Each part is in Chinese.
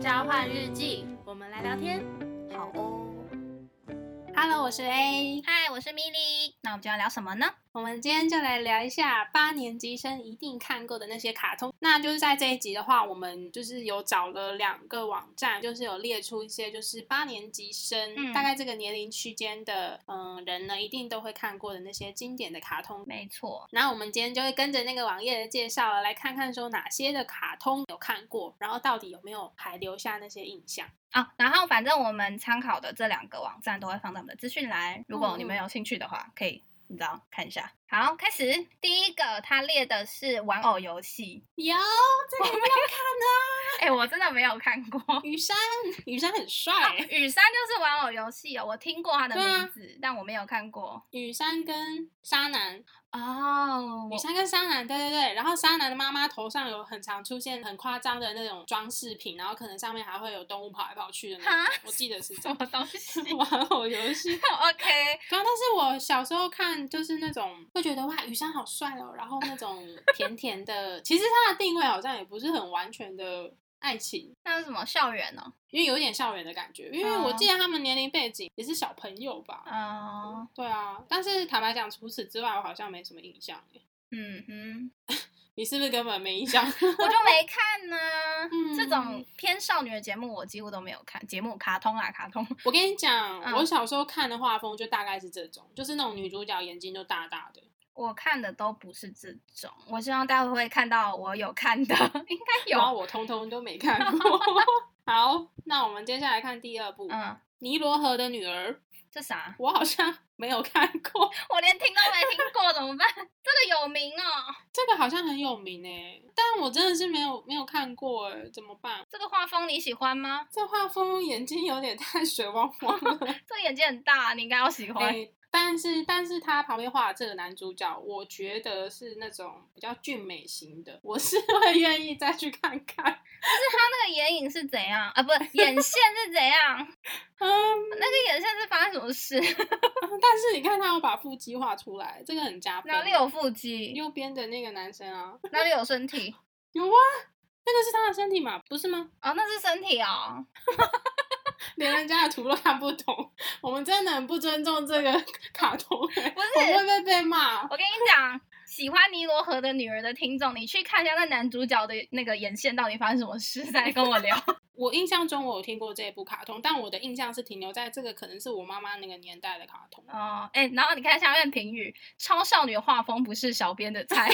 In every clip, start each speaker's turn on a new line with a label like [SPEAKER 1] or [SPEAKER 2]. [SPEAKER 1] 交换日记，我们来聊天。
[SPEAKER 2] 好哦，
[SPEAKER 3] Hello，我是 A。
[SPEAKER 1] 嗨，我是米莉。
[SPEAKER 2] 那我们今天要聊什么呢？
[SPEAKER 3] 我们今天就来聊一下八年级生一定看过的那些卡通。那就是在这一集的话，我们就是有找了两个网站，就是有列出一些就是八年级生、
[SPEAKER 2] 嗯
[SPEAKER 3] 大概这个年龄区间的嗯、人呢，一定都会看过的那些经典的卡通。
[SPEAKER 2] 没错，
[SPEAKER 3] 然后我们今天就会跟着那个网页的介绍啊来看看说哪些的卡通有看过，然后到底有没有还留下那些印象。
[SPEAKER 2] 啊，然后反正我们参考的这两个网站都会放在我们的资讯栏，如果
[SPEAKER 3] 嗯
[SPEAKER 2] 你们有兴趣的话，可以你知道看一下。好，开始，第一个他列的是玩偶游戏，
[SPEAKER 3] 有，这个
[SPEAKER 2] 哎、我真的没有看过。
[SPEAKER 3] 雨山，雨山很帅、欸
[SPEAKER 2] 哦雨山就是玩偶游戏哦，我听过他的
[SPEAKER 3] 对啊
[SPEAKER 2] 名字，但我没有看过。
[SPEAKER 3] 雨山跟沙男，
[SPEAKER 2] 哦
[SPEAKER 3] 雨山跟沙男，对对对，然后沙男的妈妈头上有很常出现很夸张的那种装饰品，然后可能上面还会有动物跑来跑去的那
[SPEAKER 2] 哈
[SPEAKER 3] 种，我记得是这
[SPEAKER 2] 什
[SPEAKER 3] 样
[SPEAKER 2] 么。东西
[SPEAKER 3] 玩偶游戏，
[SPEAKER 2] ？OK，
[SPEAKER 3] 主要啊但是我小时候看就是那种会觉得哇，雨山好帅哦，然后那种甜甜的，其实它的定位好像也不是很完全的爱情，
[SPEAKER 2] 那是什么校园哦？
[SPEAKER 3] 因为有一点校园的感觉，因为我
[SPEAKER 2] 哦
[SPEAKER 3] 记得他们年龄背景也是小朋友吧，
[SPEAKER 2] 哦，
[SPEAKER 3] 对啊，但是坦白讲，除此之外我好像没什么印象耶，
[SPEAKER 2] 嗯哼，
[SPEAKER 3] 你是不是根本没印象？
[SPEAKER 2] 我就没看呢、
[SPEAKER 3] 嗯
[SPEAKER 2] 这种偏少女的节目我几乎都没有看，节目卡通啊，卡通。
[SPEAKER 3] 我跟你讲，
[SPEAKER 2] 嗯
[SPEAKER 3] 我小时候看的画风就大概是这种，就是那种女主角眼睛都大大的。
[SPEAKER 2] 我看的都不是这种，我希望大家会看到我有看的，应该
[SPEAKER 3] 然后
[SPEAKER 2] 有。
[SPEAKER 3] 我通通都没看过。 好，那我们接下来看第二部《
[SPEAKER 2] 嗯，
[SPEAKER 3] 尼罗河的女儿》，
[SPEAKER 2] 这啥？
[SPEAKER 3] 我好像 没有看过，
[SPEAKER 2] 我连听都没听过，怎么办？ 这个有名哦，
[SPEAKER 3] 这个好像很有名诶、但我真的是没有没有看过诶、怎么办？
[SPEAKER 2] 这个画风你喜欢吗？
[SPEAKER 3] 这画风眼睛有点 太水汪汪了。
[SPEAKER 2] 这个眼睛很大，啊你应该要喜欢。
[SPEAKER 3] 诶但是，但是他旁边画的这个男主角，我觉得是那种比较俊美型的，我是 会愿意再去看看。
[SPEAKER 2] 他那个眼影是怎样啊？不，眼线是怎样？
[SPEAKER 3] 嗯，
[SPEAKER 2] 那个眼线是发生什么事？
[SPEAKER 3] 但是你看他有把腹肌画出来，这个很加分。
[SPEAKER 2] 哪里有腹肌？
[SPEAKER 3] 右边的那个男生啊？
[SPEAKER 2] 哪里有身体？
[SPEAKER 3] 有啊，那个是他的身体嘛，不是吗？
[SPEAKER 2] 哦，那是身体哦。
[SPEAKER 3] 连人家的图都看不懂，我们真的很不尊重这个卡通、欸，
[SPEAKER 2] 不是
[SPEAKER 3] 我们会不会被骂？
[SPEAKER 2] 我跟你讲，喜欢尼罗河的女儿的听众，你去看一下那男主角的那个眼线到底发生什么事，再来跟我聊。
[SPEAKER 3] 我印象中我有听过这部卡通，但我的印象是停留在这个可能是我妈妈那个年代的卡通。
[SPEAKER 2] 哦，哎、然后你看下面评语，超少女画风不是小编的 菜，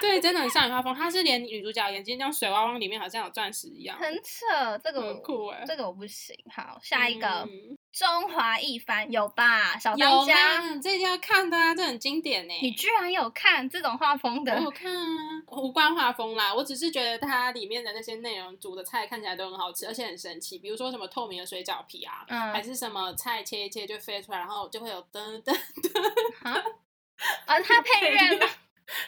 [SPEAKER 3] 对，真的很像女画风，它是连女主角眼睛像水汪汪，里面好像有钻石一样，
[SPEAKER 2] 很扯，这个我
[SPEAKER 3] 很酷哎、欸。
[SPEAKER 2] 这个我不行。好，下一个、
[SPEAKER 3] 嗯
[SPEAKER 2] 中华一番有吧？小当
[SPEAKER 3] 有
[SPEAKER 2] 家，
[SPEAKER 3] 啦，这一定要看的啊，这很经典呢、
[SPEAKER 2] 你居然有看这种画风的
[SPEAKER 3] 我？有看啊，无关画风啦，我只是觉得它里面的那些内容煮的菜看起来都很好吃，而且很神奇，比如说什么透明的水饺皮啊，还
[SPEAKER 2] 嗯，
[SPEAKER 3] 是什么菜切一切就飞出来，然后就会有噔噔，
[SPEAKER 2] 啊，他 配乐吗？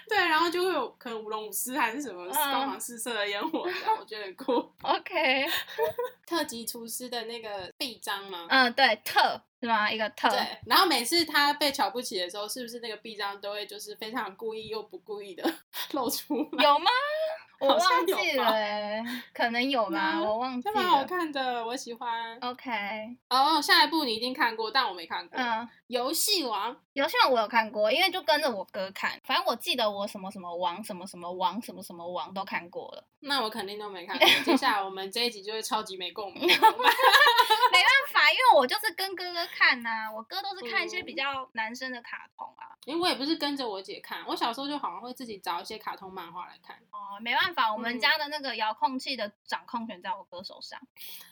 [SPEAKER 3] 对，然后就会有可能舞龙舞狮还是什么
[SPEAKER 2] 嗯
[SPEAKER 3] 光芒四射的烟火这样，我觉得很酷。
[SPEAKER 2] OK，
[SPEAKER 3] 特级厨师的那个臂章嘛。
[SPEAKER 2] 嗯，对，特是吗？一个特，
[SPEAKER 3] 对，然后每次他被瞧不起的时候，是不是那个臂章都会就是非常故意又不故意的 露出来？
[SPEAKER 2] 有吗？我
[SPEAKER 3] 好像
[SPEAKER 2] 忘
[SPEAKER 3] 有
[SPEAKER 2] 记
[SPEAKER 3] 吧
[SPEAKER 2] 了、欸，可能有吧，
[SPEAKER 3] 嗯
[SPEAKER 2] 我忘记
[SPEAKER 3] 这蛮好
[SPEAKER 2] 了。
[SPEAKER 3] 看的，我喜欢。
[SPEAKER 2] OK，
[SPEAKER 3] 哦，下一部你一定看过，但我没看过。
[SPEAKER 2] 嗯，
[SPEAKER 3] 游戏王，
[SPEAKER 2] 游戏王我有看过，因为就跟着我哥看，反正我记得我什么什么王、什么什么王、什么什么王都看过了。
[SPEAKER 3] 那我肯定都没看 过。接下来我们这一集就会超级没共鸣。
[SPEAKER 2] 没办法，因为我就是跟哥哥看呐、我哥都是看一些比较男生的卡通啊。
[SPEAKER 3] 因为我也不是跟着我姐看，我小时候就好像会自己找一些卡通漫画来看。
[SPEAKER 2] 哦，没办法，我们家的那个遥控器的掌控权在我哥手上，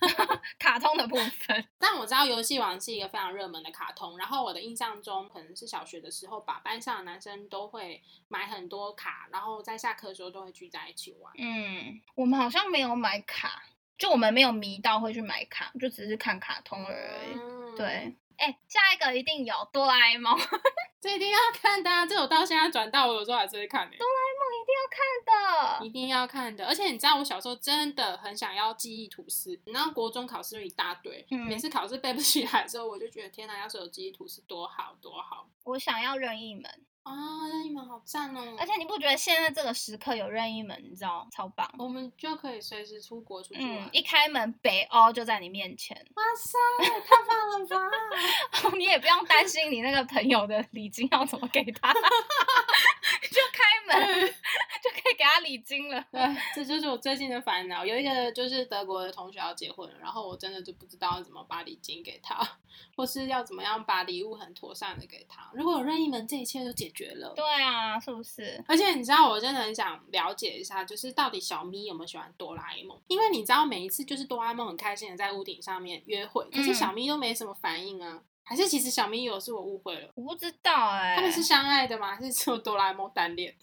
[SPEAKER 2] 卡通的部分。
[SPEAKER 3] 但我知道《游戏王》是一个非常热门的卡通，然后我的印象中，可能是小学的时候吧，班上的男生都会买很多卡，然后在下课的时候都会聚在一起玩。
[SPEAKER 2] 嗯，我们好像没有买卡，就我们没有迷到会去买卡，就只是看卡通而已。
[SPEAKER 3] 嗯，
[SPEAKER 2] 对，哎、下一个一定有哆啦 A 梦。
[SPEAKER 3] 这一定要看的、啊，这我到现在转到我有时候还是会看的、
[SPEAKER 2] 的，
[SPEAKER 3] 一定要看的。而且你知道，我小时候真的很想要记忆吐司，你知道国中考试有一大堆，
[SPEAKER 2] 嗯
[SPEAKER 3] 每次考试背不起来的时候，我就觉得天哪，要是有记忆吐司多好多好。
[SPEAKER 2] 我想要任意门，
[SPEAKER 3] 啊，任意门好赞哦！
[SPEAKER 2] 而且你不觉得现在这个时刻有任意门，你知道超棒？
[SPEAKER 3] 我们就可以随时出国出去玩。
[SPEAKER 2] 嗯，一开门北欧就在你面前，
[SPEAKER 3] 哇塞，太棒了吧！
[SPEAKER 2] 你也不用担心你那个朋友的礼金要怎么给他， 就开门就可以给他礼金了。
[SPEAKER 3] 对，这就是我最近的烦恼。有一个就是德国的同学要结婚了，然后我真的就不知道要怎么把礼金给他，或是要怎么样把礼物很妥善的给他。如果有任意门，这一切就解决了。
[SPEAKER 2] 对啊，是不是？
[SPEAKER 3] 而且你知道，我真的很想了解一下，就是到底小咪有没有喜欢哆啦 A 梦？因为你知道，每一次就是哆啦 A 梦很开心的在屋顶上面约会，可是
[SPEAKER 2] 嗯
[SPEAKER 3] 小咪都没什么反应啊。还是其实小咪有是我误会了，
[SPEAKER 2] 我不知道哎、
[SPEAKER 3] 他们是相爱的吗？还是只有哆啦 A 梦单恋？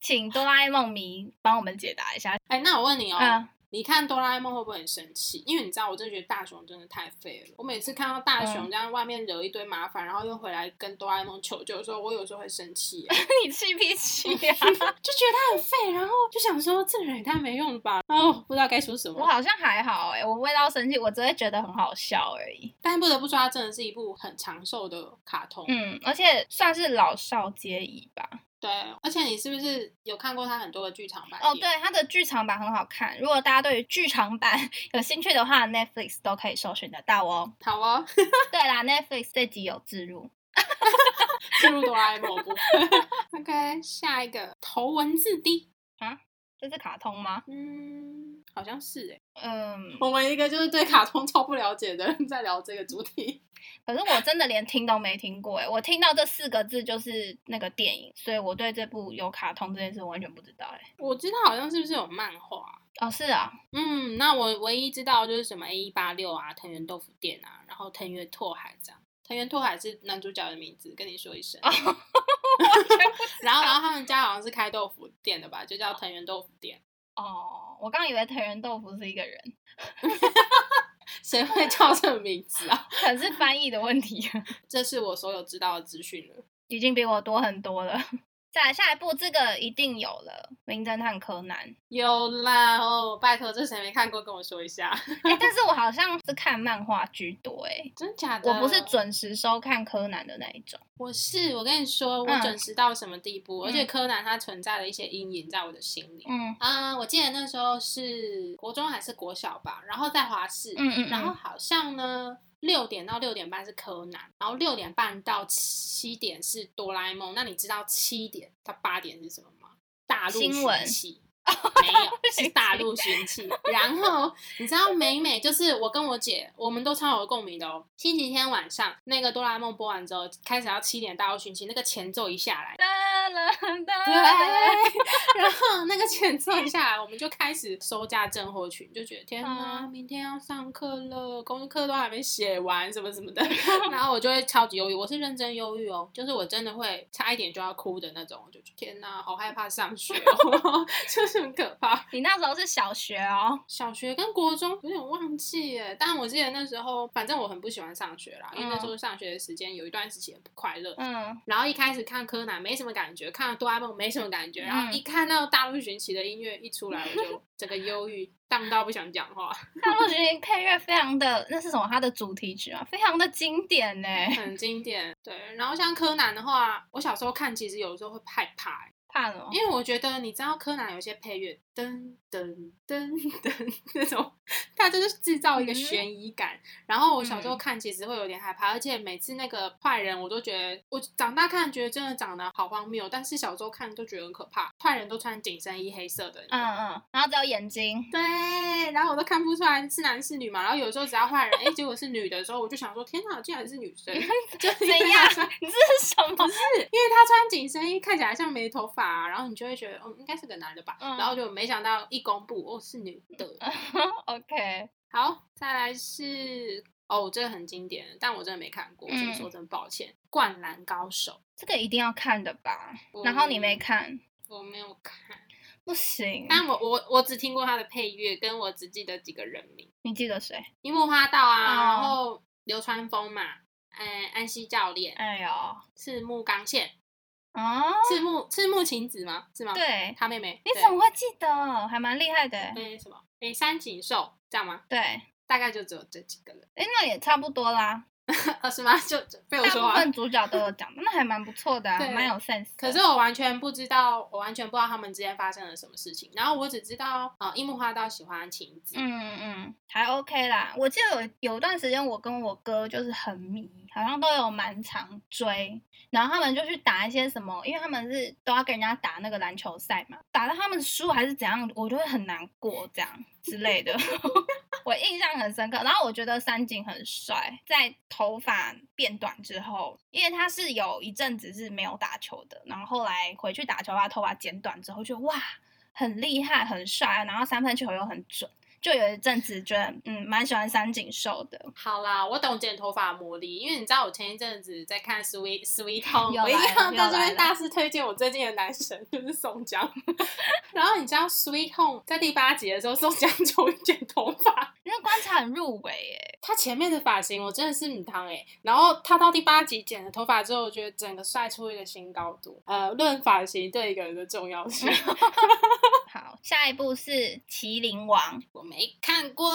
[SPEAKER 2] 请哆啦 A 梦迷帮我们解答一下。
[SPEAKER 3] 哎、那我问你哦、
[SPEAKER 2] 嗯
[SPEAKER 3] 你看哆啦 A 梦会不会很生气？因为你知道，我真的觉得大雄真的太废了。我每次看到大雄这
[SPEAKER 2] 嗯
[SPEAKER 3] 样外面惹一堆麻烦，然后又回来跟哆啦 A 梦求救的时候，我有时候会生气耶、
[SPEAKER 2] 你气脾气呀、
[SPEAKER 3] 就觉得他很废，然后就想说这个人也太没用了吧，然后不知道该说什
[SPEAKER 2] 我
[SPEAKER 3] 么。
[SPEAKER 2] 好像还好哎、我未到生气，我只会觉得很好笑而已。
[SPEAKER 3] 但不得不说，它真的是一部很长寿的卡通。
[SPEAKER 2] 嗯，而且算是老少皆宜吧。
[SPEAKER 3] 对，而且你是不是有看过它很多个剧场版？
[SPEAKER 2] 哦，对，，它的剧场版很好看。如果大家对于剧场版 有兴趣的话，Netflix 都可以搜寻得到哦。
[SPEAKER 3] 好哦，
[SPEAKER 2] 对啦，Netflix 这集有植入。
[SPEAKER 3] 进入哆啦 A 梦的部分。OK，下 一个头文字 D，
[SPEAKER 2] 这是卡通吗？
[SPEAKER 3] 嗯，好像是哎、
[SPEAKER 2] 嗯，
[SPEAKER 3] 我们一个就是对卡通超不了解的人在聊这个主题。
[SPEAKER 2] 可是我真的连听都没听过哎，我听到这四个字就是那个电影，所以我对这部有卡通这件事完全不知道哎。
[SPEAKER 3] 我知道好像是不是有漫画？
[SPEAKER 2] 哦，是啊，
[SPEAKER 3] 嗯，那我唯一知道就是什么 A 一八六啊，藤原豆腐店啊，然后藤原拓海这样。藤原拓海是男主角的名字，跟你说一声。
[SPEAKER 2] 哦，完全不
[SPEAKER 3] 然后，然后他们家好像是开豆腐店的吧，就叫藤原豆腐店。
[SPEAKER 2] 哦，我刚以为藤原豆腐是一个人，
[SPEAKER 3] 谁会叫这个名字啊？
[SPEAKER 2] 可是翻译的问题啊
[SPEAKER 3] 这是我所有知道的资讯了。
[SPEAKER 2] 已经比我多很多了。 再来下一部，这个一定有了，《名侦探柯南》
[SPEAKER 3] 有啦哦，拜托，这谁没看过跟我说一下？
[SPEAKER 2] 哎、但是我好像是看漫画居多哎、
[SPEAKER 3] 真假的？
[SPEAKER 2] 我不是，准时收看柯南的那一种。
[SPEAKER 3] 我是我跟你说，我
[SPEAKER 2] 嗯
[SPEAKER 3] 准时到什么地步？而且
[SPEAKER 2] 嗯
[SPEAKER 3] 柯南它存在的一些阴影在我的心里。
[SPEAKER 2] 嗯
[SPEAKER 3] 啊、我记得那时候是国中还是国小吧，然后在华视，
[SPEAKER 2] 嗯嗯，
[SPEAKER 3] 然后好像呢，六点到六点半是柯南，然后六点半到七点是哆啦 A 梦。那你知道七点到八点是什么吗？大陆
[SPEAKER 2] 新
[SPEAKER 3] 寻
[SPEAKER 2] 闻
[SPEAKER 3] 奇。没有，是大陆寻奇。然后你知道，每每就是我跟我姐，我们都超有共鸣的哦。星期天晚上，那个哆啦 A 梦播完之后，开始要七点大陆寻奇，那个前奏一下来，
[SPEAKER 2] 哒啦哒
[SPEAKER 3] 对，
[SPEAKER 2] 啦
[SPEAKER 3] 然后那个前奏一下来，我们就开始收假症候群，就觉得天哪，
[SPEAKER 2] 嗯
[SPEAKER 3] 明天要上课了，功课都还没写完，什么什么的。然后我就会超级忧郁，我是认真忧郁哦，就是我真的会差一点就要哭的那种，我就觉得天哪，好害怕上学哦， 就是很可怕。
[SPEAKER 2] 你那时候是小学哦，
[SPEAKER 3] 小学跟国中有点忘记耶，但我记得那时候，反正我很不喜欢上学啦，因为那时候上学的时间有一段时期很不快乐，
[SPEAKER 2] 嗯，
[SPEAKER 3] 然后一开始看柯南没什么感觉，看哆啦 A 梦没什么感觉，
[SPEAKER 2] 嗯
[SPEAKER 3] 然后一看到大陆寻奇的音乐一出来，我就整个忧郁，荡到不想讲话，
[SPEAKER 2] 大陆巡行配乐非常的，那是什么？它的主题曲啊，非常的经典呢、
[SPEAKER 3] 很经典。对，然后像柯南的话，我小时候看其实有时候会害怕、欸
[SPEAKER 2] 怕什么？
[SPEAKER 3] 因为我觉得你知道柯南有一些配乐噔噔噔 噔那种，它就是制造一个
[SPEAKER 2] 嗯
[SPEAKER 3] 悬疑感。然后我小时候看其实会有点害怕，而且每次那个坏人我都觉得，我长大看觉得真的长得好荒谬，但是小时候看都觉得很可怕。坏人都穿紧身衣，黑色的，
[SPEAKER 2] 嗯嗯，然后只有眼睛，
[SPEAKER 3] 对，然后我都看不出来是男是女嘛。然后有时候只要坏人，哎、结果是女的时候，我就想说，天哪，竟然是女生，就是
[SPEAKER 2] 怎
[SPEAKER 3] 因为她
[SPEAKER 2] 样
[SPEAKER 3] 穿？
[SPEAKER 2] 你这是什 么？
[SPEAKER 3] 因为她穿紧身衣，看起来像没头发、啊，然后你就会觉得，嗯，应该是个男的吧。
[SPEAKER 2] 嗯
[SPEAKER 3] 然后就没想到一公布，哦，是女 的。
[SPEAKER 2] OK，
[SPEAKER 3] 好，再来是哦，这个很经典，但我真的没看过，所以
[SPEAKER 2] 嗯
[SPEAKER 3] 说真抱歉。灌篮高手，
[SPEAKER 2] 这个一定要看的吧？然后你没
[SPEAKER 3] 我，
[SPEAKER 2] 看，
[SPEAKER 3] 我没有看，
[SPEAKER 2] 不行。
[SPEAKER 3] 但我我我只听过他的配乐，跟我只记得几个人名。
[SPEAKER 2] 你记得谁？
[SPEAKER 3] 樱木花道啊，
[SPEAKER 2] 哦
[SPEAKER 3] 然后流川枫嘛，嗯，安西教练，
[SPEAKER 2] 哎呦，
[SPEAKER 3] 赤木刚宪，
[SPEAKER 2] 哦，
[SPEAKER 3] 赤木赤木晴子吗？是吗？，
[SPEAKER 2] 对，
[SPEAKER 3] 他妹妹。
[SPEAKER 2] 你
[SPEAKER 3] 对
[SPEAKER 2] 怎？么会记得？还蛮厉害的欸。
[SPEAKER 3] 哎、什么？哎、三井寿这样吗？
[SPEAKER 2] 对，哎，
[SPEAKER 3] 大概就只有这几个人。
[SPEAKER 2] 那也差不多啦。
[SPEAKER 3] 啊， 是吗？就就被我
[SPEAKER 2] 大
[SPEAKER 3] 说
[SPEAKER 2] 部
[SPEAKER 3] 完
[SPEAKER 2] 分。主角都有讲，那还蛮不错的、啊
[SPEAKER 3] 对，
[SPEAKER 2] 蛮有 sense 的。
[SPEAKER 3] 可是我完全不知道，我完全不知道他们之间发生了什么事情。然后我只知道，呃，樱木花道喜欢晴子，
[SPEAKER 2] 嗯嗯，还 OK 啦。我记得有有一段时间，我跟我哥就是很迷，好像都有蛮常追。然后他们就去打一些什么，因为他们是都要跟人家打那个篮球赛嘛，打到他们输还是怎样，我就会很难过这样之类的。 我印象很深刻。然后我觉得三井很帅，在头发变短之后，因为他是有一阵子是没有打球的，然后后来回去打球，把头发剪短之后，就哇。很厉害，很帅，啊然后三分球又很准，就有一阵子觉得嗯蛮喜欢三井寿的。
[SPEAKER 3] 好啦，我懂剪头发的魔力，因为你知道我前一阵子在看 Sweet Sweet Home，
[SPEAKER 2] 又
[SPEAKER 3] 我一定
[SPEAKER 2] 来了
[SPEAKER 3] 要在
[SPEAKER 2] 又
[SPEAKER 3] 这
[SPEAKER 2] 来
[SPEAKER 3] 边
[SPEAKER 2] 了
[SPEAKER 3] 大肆推荐我最近的男神，就是宋江。 然后你知道 Sweet Home 在第八集的时候，宋江终于剪头发，
[SPEAKER 2] 那观察很入围耶，
[SPEAKER 3] 他前面的发型我真的是母汤哎，然后他到第八集剪了头发之后，我觉得整个帅出一个新高度。呃，论发型对一个人的重要性，
[SPEAKER 2] 嗯好，下一步是《麒麟王》，
[SPEAKER 3] 我没看过，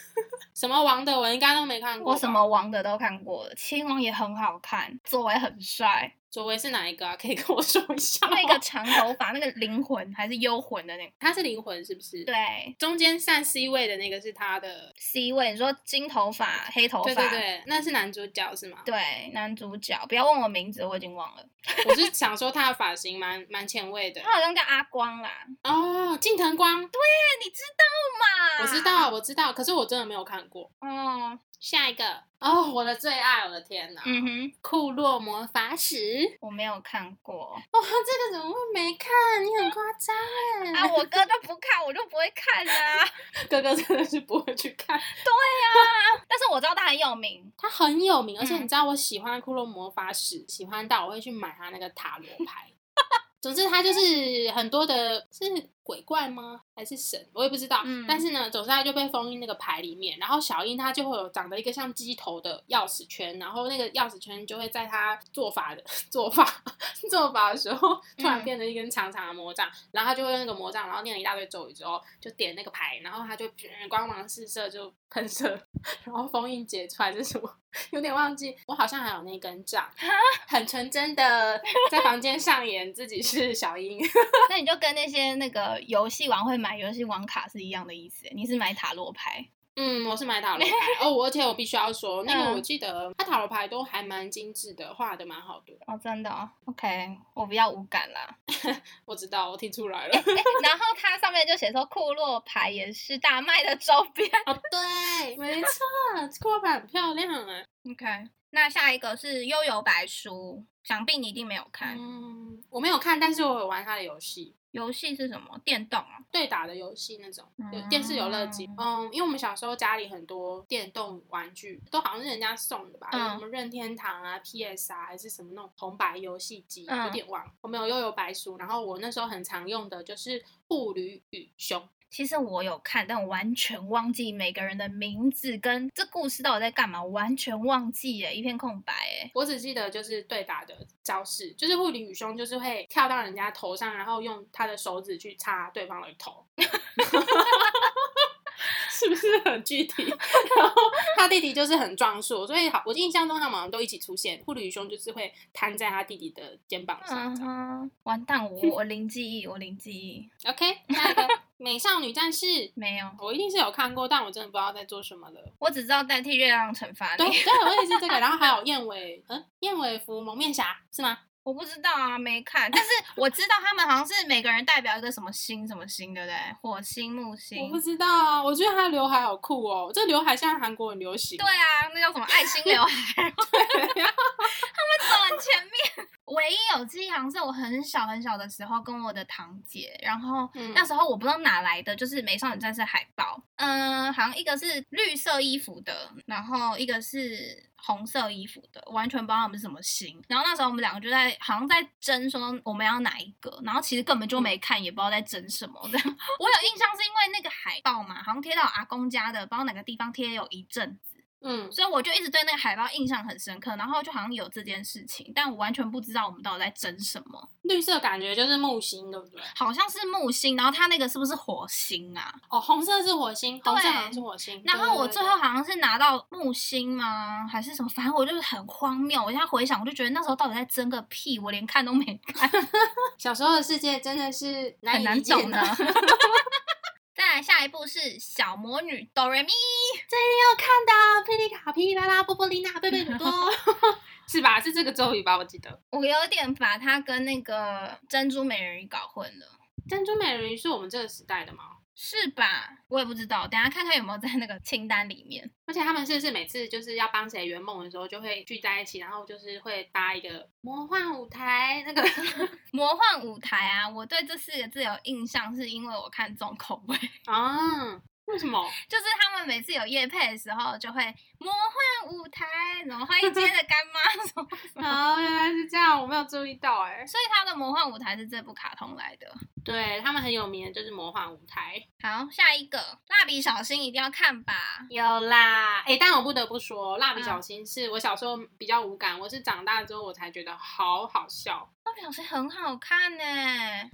[SPEAKER 3] 什么王的我应该都没看过吧。
[SPEAKER 2] 我什么王的都看过了，《麒麟王》也很好看，作为很 帅，
[SPEAKER 3] 左为是哪一个啊？可以跟我说一下吗？
[SPEAKER 2] 那个长头发，那个灵魂还是幽魂的那个，
[SPEAKER 3] 他是灵魂是不是？。
[SPEAKER 2] 对
[SPEAKER 3] 中间站 C 位的那个是他的，
[SPEAKER 2] ，C 位，你说金头发、黑头
[SPEAKER 3] 对
[SPEAKER 2] 发，
[SPEAKER 3] 对对，那是男主角是吗？
[SPEAKER 2] 对男主角，不要问我名字，我已经忘了，
[SPEAKER 3] 我是想说他的发型蛮蛮前卫的
[SPEAKER 2] 他好像叫阿光啦，
[SPEAKER 3] 哦，近藤光，
[SPEAKER 2] 哎，你知道嘛？
[SPEAKER 3] 我知，道我知道，可是我真的没有看过。
[SPEAKER 2] 哦，
[SPEAKER 3] 下一个哦，我的最爱，我的天哪，
[SPEAKER 2] 嗯哼。
[SPEAKER 3] 库洛魔法使，
[SPEAKER 2] 我没有看过
[SPEAKER 3] 哇、这个怎么会没看？你很夸张哎！
[SPEAKER 2] 啊，我哥就不看，我就不会看啊。
[SPEAKER 3] 哥哥真的是不会去看，
[SPEAKER 2] 但是我知道他很有名，
[SPEAKER 3] 他很有名，而且
[SPEAKER 2] 嗯
[SPEAKER 3] 你知道我喜欢库洛魔法使，喜欢到我会去买他那个塔罗牌。 总之，他就是很多的是鬼怪吗？还是神？我也不知道。
[SPEAKER 2] 嗯
[SPEAKER 3] 但是呢，总之他就被封印那个牌里面，然后小樱她就会有长得一个像鸡头的钥匙圈，然后那个钥匙圈就会在她做法的做法 做法的时候，突然
[SPEAKER 2] 嗯
[SPEAKER 3] 变成一根长长的魔杖，然后他就会用那个魔杖，然后念了一大堆咒语之后，就点那个牌，然后他就呃光芒四射就喷射，然后封印解出来这是什么？有点忘记，我好像还有那根杖， 很纯真的在房间上演自己是小樱。
[SPEAKER 2] 那你就跟那些那个游戏王会买游戏王卡是一样的意思，你是买塔罗牌。
[SPEAKER 3] 嗯，我是买塔罗 牌哦，我而且我必须要说，那个
[SPEAKER 2] 嗯
[SPEAKER 3] 我记得他塔罗牌都还蛮精致的，画的蛮好的。
[SPEAKER 2] 哦，真的、哦、，OK，我比较无感啦。
[SPEAKER 3] 我知道，我听出来了。
[SPEAKER 2] 诶然后它上面就写说库洛牌也是大卖的周边。
[SPEAKER 3] 哦，对， 没错，这块牌很漂亮啊。
[SPEAKER 2] OK，那下一个是悠游白书，想必你一定没有看。
[SPEAKER 3] 嗯，我没有看，但是我有玩他的游戏。
[SPEAKER 2] 游戏是什么？电动啊？
[SPEAKER 3] 对打的游戏那种，有
[SPEAKER 2] 嗯
[SPEAKER 3] 电视游乐机。嗯，因为我们小时候家里很多电动玩具都好像是人家送的吧，
[SPEAKER 2] 嗯
[SPEAKER 3] 有什么任天堂啊、PS 啊，还是什么那种红白游戏机，
[SPEAKER 2] 嗯
[SPEAKER 3] 有点忘。我们有悠游白书，然后我那时候很常用的就是步履与熊。
[SPEAKER 2] 其实我有看，但我完全忘记每个人的名字跟这故事到底在干嘛，我完全忘记耶，一片空白耶。
[SPEAKER 3] 我只记得就是对打的招式，就是护理与胸，就是会跳到人家头上，然后用他的手指去擦对方的头， 是不是很具体？ 然后他弟弟就是很壮硕，所以好，我印象中他们好像都一起出现。护理与胸就是会瘫在他弟弟的肩膀上
[SPEAKER 2] 嗯
[SPEAKER 3] 这样。
[SPEAKER 2] 哼，完蛋，我 我零记忆，我零记忆，
[SPEAKER 3] OK，下一个美少女战士。
[SPEAKER 2] 没有，
[SPEAKER 3] 我一定是有看过，但我真的不知道在做什么了。
[SPEAKER 2] 我只知道代替月亮惩罚
[SPEAKER 3] 对
[SPEAKER 2] 你，
[SPEAKER 3] 对，我也是这个。然后还有燕尾，嗯，燕尾服蒙面侠是吗？
[SPEAKER 2] 我不知道啊，没看，但是我知道他们好像是每个人代表一个什么星，什么星，对不对？火星、木
[SPEAKER 3] 我
[SPEAKER 2] 星
[SPEAKER 3] 不，知道啊，我觉得他刘海好酷哦，这刘海现在韩国很流行。
[SPEAKER 2] 对啊，那叫什么爱心刘海，他们走很前面。唯一有记忆好像是我很小很小的时候跟我的堂姐，然后
[SPEAKER 3] 嗯
[SPEAKER 2] 那时候我不知道哪来的，就是《美少女战士》海报，嗯、好像一个是绿色衣服的，然后一个是红色衣服的，完全不知道他们是什么星。然后那时候我们两个就在好像在争说我们要哪一个，然后其实根本就没看，也不知道在争什么。这样，我有印象是因为那个海报嘛，好像贴到我阿公家的，不知道哪个地方贴有一阵子。
[SPEAKER 3] 嗯，
[SPEAKER 2] 所以我就一直对那个海报印象很深刻，然后就好像有这件事情，但我完全不知道我们到底在争什么，
[SPEAKER 3] 绿色感觉就是木星，对不对？
[SPEAKER 2] 好像是木星，然后它那个是不是火星啊？
[SPEAKER 3] 哦，红色是火星，红色好像是火星。
[SPEAKER 2] 然后我最后
[SPEAKER 3] 对对
[SPEAKER 2] 好像是拿到木星吗？还是什么？反正我就是很荒谬。我现在回想，我就觉得那时候到底在争个屁，我连看都没看，
[SPEAKER 3] 对小时候的世界真的是难
[SPEAKER 2] 很
[SPEAKER 3] 以
[SPEAKER 2] 难
[SPEAKER 3] 理解
[SPEAKER 2] 懂
[SPEAKER 3] 的
[SPEAKER 2] 的。。 再来下一步是小魔女哆瑞咪，
[SPEAKER 3] 有看到霹雳卡、霹雳拉拉、波波琳娜、贝贝鲁 多，是吧？是这个咒语吧？我记得
[SPEAKER 2] 我有点把它跟那个珍珠美人鱼搞混了，
[SPEAKER 3] 珍珠美人鱼是我们这个时代的吗？
[SPEAKER 2] 是吧？我也不知道，等一下看看有没有在那个清单里面。
[SPEAKER 3] 而且他们是不是每次就是要帮谁圆梦的时候，就会聚在一起，然后就是会搭一个魔幻舞台， 那个
[SPEAKER 2] 魔幻舞台啊，我对这四个字有印象，是因为我看重口味，
[SPEAKER 3] 啊，为什么？
[SPEAKER 2] 就是他们每次有夜配的时候，就会魔幻舞台，然后欢迎今天的干 妈什么什么。
[SPEAKER 3] 哦，原来是这样，我没有注意到哎、
[SPEAKER 2] 所以他的魔幻舞台是这部卡通来的。
[SPEAKER 3] 对他们很有名的就是魔幻舞台，
[SPEAKER 2] 好，下一个蜡笔小新一定要看吧。
[SPEAKER 3] 有啦。哎、但我不得不说，蜡笔小新是我小时候比较无感，我是长大之后我才觉得好好笑。
[SPEAKER 2] 蜡笔小新很好看呢、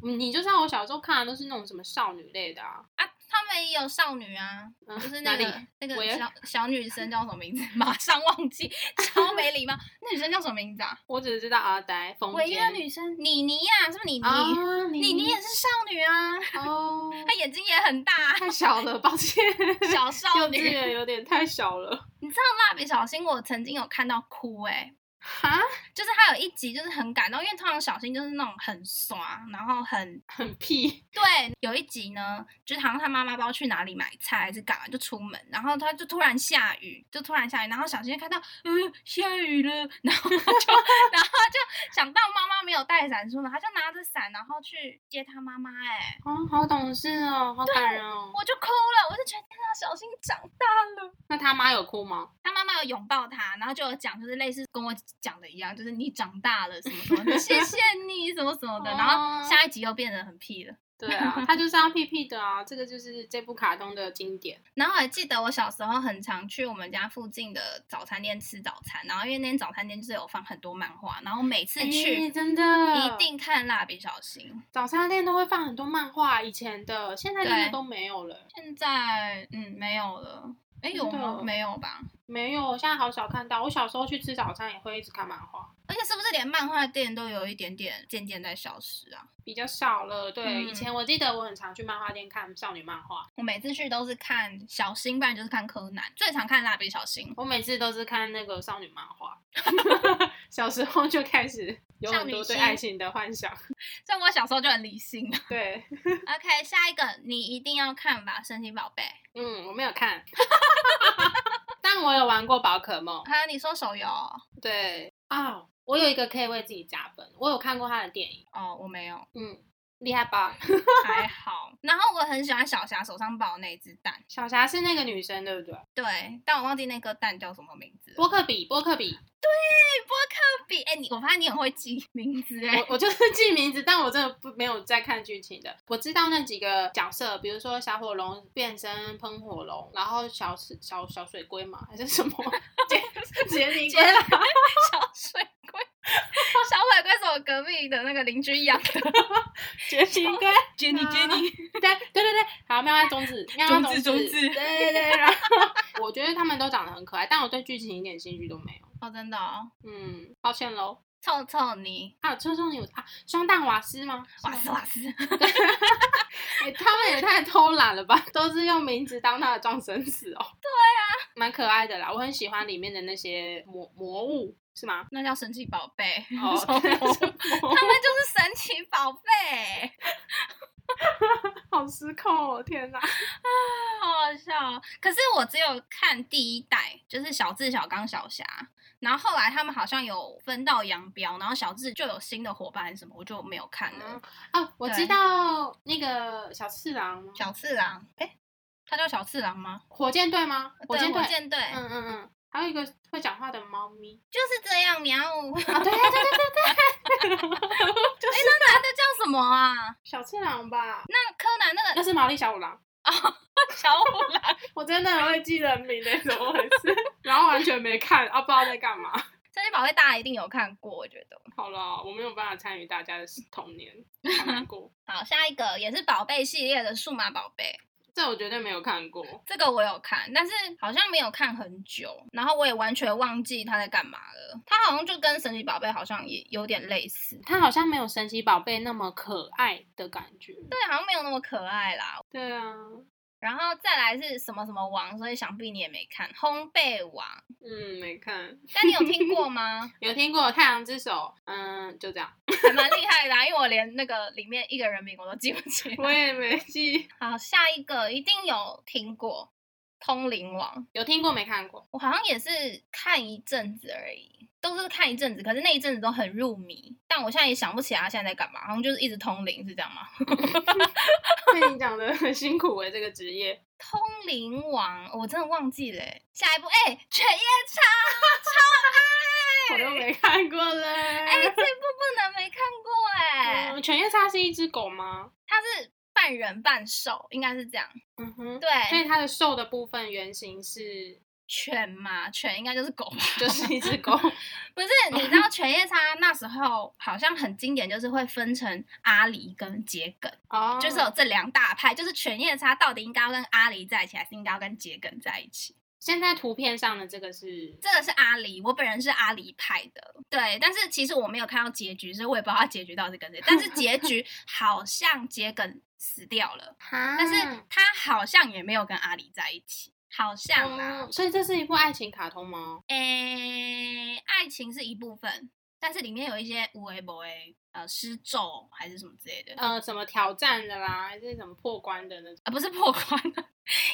[SPEAKER 3] 嗯你就像我小时候看的都是那种什么少女类的啊，
[SPEAKER 2] 啊，他们也有少女啊，
[SPEAKER 3] 嗯、
[SPEAKER 2] 就是
[SPEAKER 3] 哪
[SPEAKER 2] 那个
[SPEAKER 3] 里
[SPEAKER 2] 那
[SPEAKER 3] 我也
[SPEAKER 2] 个小小女生叫什么名字？ 马上忘记，超没礼貌。那女生叫什么名字啊？
[SPEAKER 3] 我只知道阿呆、风
[SPEAKER 2] 违约
[SPEAKER 3] 间
[SPEAKER 2] 女生妮妮呀、是不是妮妮？
[SPEAKER 3] 啊，你
[SPEAKER 2] 妮妮也是少女啊，
[SPEAKER 3] 哦，
[SPEAKER 2] 她眼睛也很大，
[SPEAKER 3] 太小了，抱 歉，
[SPEAKER 2] 小少
[SPEAKER 3] 幼稚
[SPEAKER 2] 女。
[SPEAKER 3] 园有点太小了。
[SPEAKER 2] 你知道蜡笔小新，我曾经有看到哭哎、
[SPEAKER 3] 哈，
[SPEAKER 2] 就是他有一集就是很感动，因为通常小新就是那种很爽，然后很
[SPEAKER 3] 很屁，
[SPEAKER 2] 对。有一集呢，就是好像他妈妈不知道去哪里买菜还是干嘛，就出门，然后他就突然下雨，就突然下雨，然后小新就看到，嗯，下雨了，然后就 然后就想到妈妈没有带伞出门，他就拿着伞然后去接他妈妈哎、
[SPEAKER 3] 哦，好懂事哦，好感人哦。
[SPEAKER 2] 我就哭了，我就觉得天啊，小新长大了。
[SPEAKER 3] 那他妈有哭吗？
[SPEAKER 2] 他妈妈有拥抱他，然后就有讲，就是类似跟我讲的一样，就是你长大了什么什 么的，谢谢你什么什么的。
[SPEAKER 3] 哦
[SPEAKER 2] 然后下一集又变得很屁了。
[SPEAKER 3] 对啊，他就是要屁屁的啊，这个就是这部卡通的经典。
[SPEAKER 2] 然后还记得我小时候很常去我们家附近的早餐店吃早餐，然后因为那间早餐店就是有放很多漫画，然后每次去、
[SPEAKER 3] 哎真的，
[SPEAKER 2] 一定看蜡笔小新。
[SPEAKER 3] 早餐店都会放很多漫画，以前的，现在真的
[SPEAKER 2] 对
[SPEAKER 3] 都没有了。
[SPEAKER 2] 现在嗯没有了，哎有
[SPEAKER 3] 真
[SPEAKER 2] 吗
[SPEAKER 3] 的？
[SPEAKER 2] 没有吧？
[SPEAKER 3] 没有，现在好少看到。我小时候去吃早餐也会一直看漫画，
[SPEAKER 2] 而且是不是连漫画店都有一点点渐渐在消失啊？
[SPEAKER 3] 比较少了。对，
[SPEAKER 2] 嗯
[SPEAKER 3] 以前我记得我很常去漫画店看少女漫画，
[SPEAKER 2] 我每次去都是看小新，不然就是看柯南，最常看蜡笔小新。
[SPEAKER 3] 我每次都是看那个少女漫画， 小时候就开始有很多对爱情的幻想。
[SPEAKER 2] 像我小时候就很理性。
[SPEAKER 3] 对，
[SPEAKER 2] OK，下一个你一定要看吧，《神奇宝贝》。
[SPEAKER 3] 嗯，我没有看， 但我有玩过宝可梦。
[SPEAKER 2] 还有你说手游哦，
[SPEAKER 3] 对啊、我有一个可以为自己加分，我有看过他的电影，
[SPEAKER 2] 哦我没有，
[SPEAKER 3] 嗯，厉害 吧？
[SPEAKER 2] 还好。然后我很喜欢小霞手上抱的那一只蛋，
[SPEAKER 3] 小霞是那个女生，对不对？
[SPEAKER 2] 对，但我忘记那颗蛋叫什么名字了。
[SPEAKER 3] 波克比，波克比，
[SPEAKER 2] 波克比，哎、你我发现你很会记名字哎、
[SPEAKER 3] 我我就是 记名字，但我真的不没有在看剧情的。我知道那几个角色，比如说小火龙变身喷火龙，然后小小小水龟嘛，还是什么杰 杰尼龟啦，
[SPEAKER 2] 小水龟，小水龟是我隔壁的那个邻居养的。
[SPEAKER 3] 杰尼龟，
[SPEAKER 2] Jenny
[SPEAKER 3] 啊对对对对，好，妙蛙种子，妙蛙
[SPEAKER 2] 种子种
[SPEAKER 3] 子，
[SPEAKER 2] 子
[SPEAKER 3] 对对对。然后 我觉得他们都长得很可爱，但我对剧情一点兴趣都没有。
[SPEAKER 2] 哦，真的哦，
[SPEAKER 3] 嗯，抱歉喽。
[SPEAKER 2] 臭臭泥，
[SPEAKER 3] 还有车中有啊，双蛋瓦斯吗？
[SPEAKER 2] 瓦
[SPEAKER 3] 是
[SPEAKER 2] 斯
[SPEAKER 3] 吗
[SPEAKER 2] 瓦斯。
[SPEAKER 3] 欸他们也太偷懒了吧，都是用名字当他的撞生词哦。对啊，蛮可爱的啦，我很喜欢里面的那些魔魔物，是吗？
[SPEAKER 2] 那叫神奇宝贝，
[SPEAKER 3] 哦
[SPEAKER 2] 什么
[SPEAKER 3] 对
[SPEAKER 2] 魔 物
[SPEAKER 3] 是魔物
[SPEAKER 2] 他们就是神奇宝贝，
[SPEAKER 3] 好失控哦，天哪！
[SPEAKER 2] 好好笑哦。可是我只有看第一代，就是小智、小刚、小霞，然后后来他们好像有分道扬镳，然后小智就有新的伙伴什么，我就没有看了。
[SPEAKER 3] 哦，我知道那个小次郎吗？
[SPEAKER 2] 小次郎，哎，他叫小次郎吗？
[SPEAKER 3] 火箭队吗？火箭
[SPEAKER 2] 呃对
[SPEAKER 3] 队
[SPEAKER 2] 火，箭队、
[SPEAKER 3] 嗯嗯嗯，还有一个会讲话的猫 咪
[SPEAKER 2] 就是这样喵。 哎，
[SPEAKER 3] 啊，对对对对对，
[SPEAKER 2] 那男的叫什么 啊？啊
[SPEAKER 3] 小次郎吧，
[SPEAKER 2] 那柯南那个
[SPEAKER 3] 那是毛利小五郎，
[SPEAKER 2] 小五郎，
[SPEAKER 3] 我真的很会记人名的，怎么回 事？然后完全没看，啊，不知道在干嘛。
[SPEAKER 2] 神奇宝贝大家一定有看过，我觉得。
[SPEAKER 3] 好了，我没有办法参与大家的童年，好难过。
[SPEAKER 2] 好，下一个也是宝贝系列的数码宝贝，
[SPEAKER 3] 这我绝对没有看过。
[SPEAKER 2] 这个我有看，但是好像没有看很久，然后我也完全忘记它在干嘛了。它好像就跟神奇宝贝好像也有点类似，
[SPEAKER 3] 它好像没有神奇宝贝那么可爱的感觉。
[SPEAKER 2] 对，好像没有那么可爱啦。
[SPEAKER 3] 对啊，
[SPEAKER 2] 然后再来是什么什么王，所以想必你也没看《烘焙王》，
[SPEAKER 3] 嗯，没看，
[SPEAKER 2] 但你有听过吗？
[SPEAKER 3] 有听过《太阳之手》？嗯，就这样，
[SPEAKER 2] 还蛮厉害的、啊，因为我连那个里面一个人名我都记不起来。
[SPEAKER 3] 我也没记，
[SPEAKER 2] 好，下一个一定有听过《通灵王》。
[SPEAKER 3] 有听过没看过？
[SPEAKER 2] 我好像也是看一阵子而已，都是看一阵子，可是那一阵子都很入迷。但我现在也想不起来他现在在干嘛，好像就是一直通灵，是这样吗？
[SPEAKER 3] 被你讲的很辛苦哎、这个职业。
[SPEAKER 2] 通灵王，我真的忘记了欸、下一部，哎、犬夜叉，
[SPEAKER 3] 我
[SPEAKER 2] 超
[SPEAKER 3] 都
[SPEAKER 2] 爱！
[SPEAKER 3] 没看过嘞。
[SPEAKER 2] 哎、这部不能没看过哎、
[SPEAKER 3] 嗯，犬夜叉是一只狗吗？
[SPEAKER 2] 它是半人半兽，应该是这样。
[SPEAKER 3] 嗯哼，所
[SPEAKER 2] 对，
[SPEAKER 3] 以它的瘦的部分原型是
[SPEAKER 2] 犬嘛， 犬应该就是狗吧？
[SPEAKER 3] 就是一只狗。
[SPEAKER 2] 不是，你知道犬夜叉那时候好像很经典，就是会分成阿狸跟桔梗。
[SPEAKER 3] 哦
[SPEAKER 2] 就是有这两大派，就是犬夜叉到底应该要跟阿狸在一起，还是应该要跟桔梗在一起？
[SPEAKER 3] 现在图片上的这个是
[SPEAKER 2] 这个是阿狸，我本人是阿狸派的，对。但是其实我没有看到结局，所以我也不知道他结局到底是跟谁。但是结局好像桔梗死掉了，
[SPEAKER 3] 哈
[SPEAKER 2] 但是他好像也没有跟阿狸在一起，好像啊
[SPEAKER 3] 哦，，所以这是一部爱情卡通吗？
[SPEAKER 2] 诶、爱情是一部分，但是里面有一些无为不为，呃，施咒还是什么之类的，
[SPEAKER 3] 呃，什么挑战的啦，还是什么破关的那种？
[SPEAKER 2] 啊，不是 破关，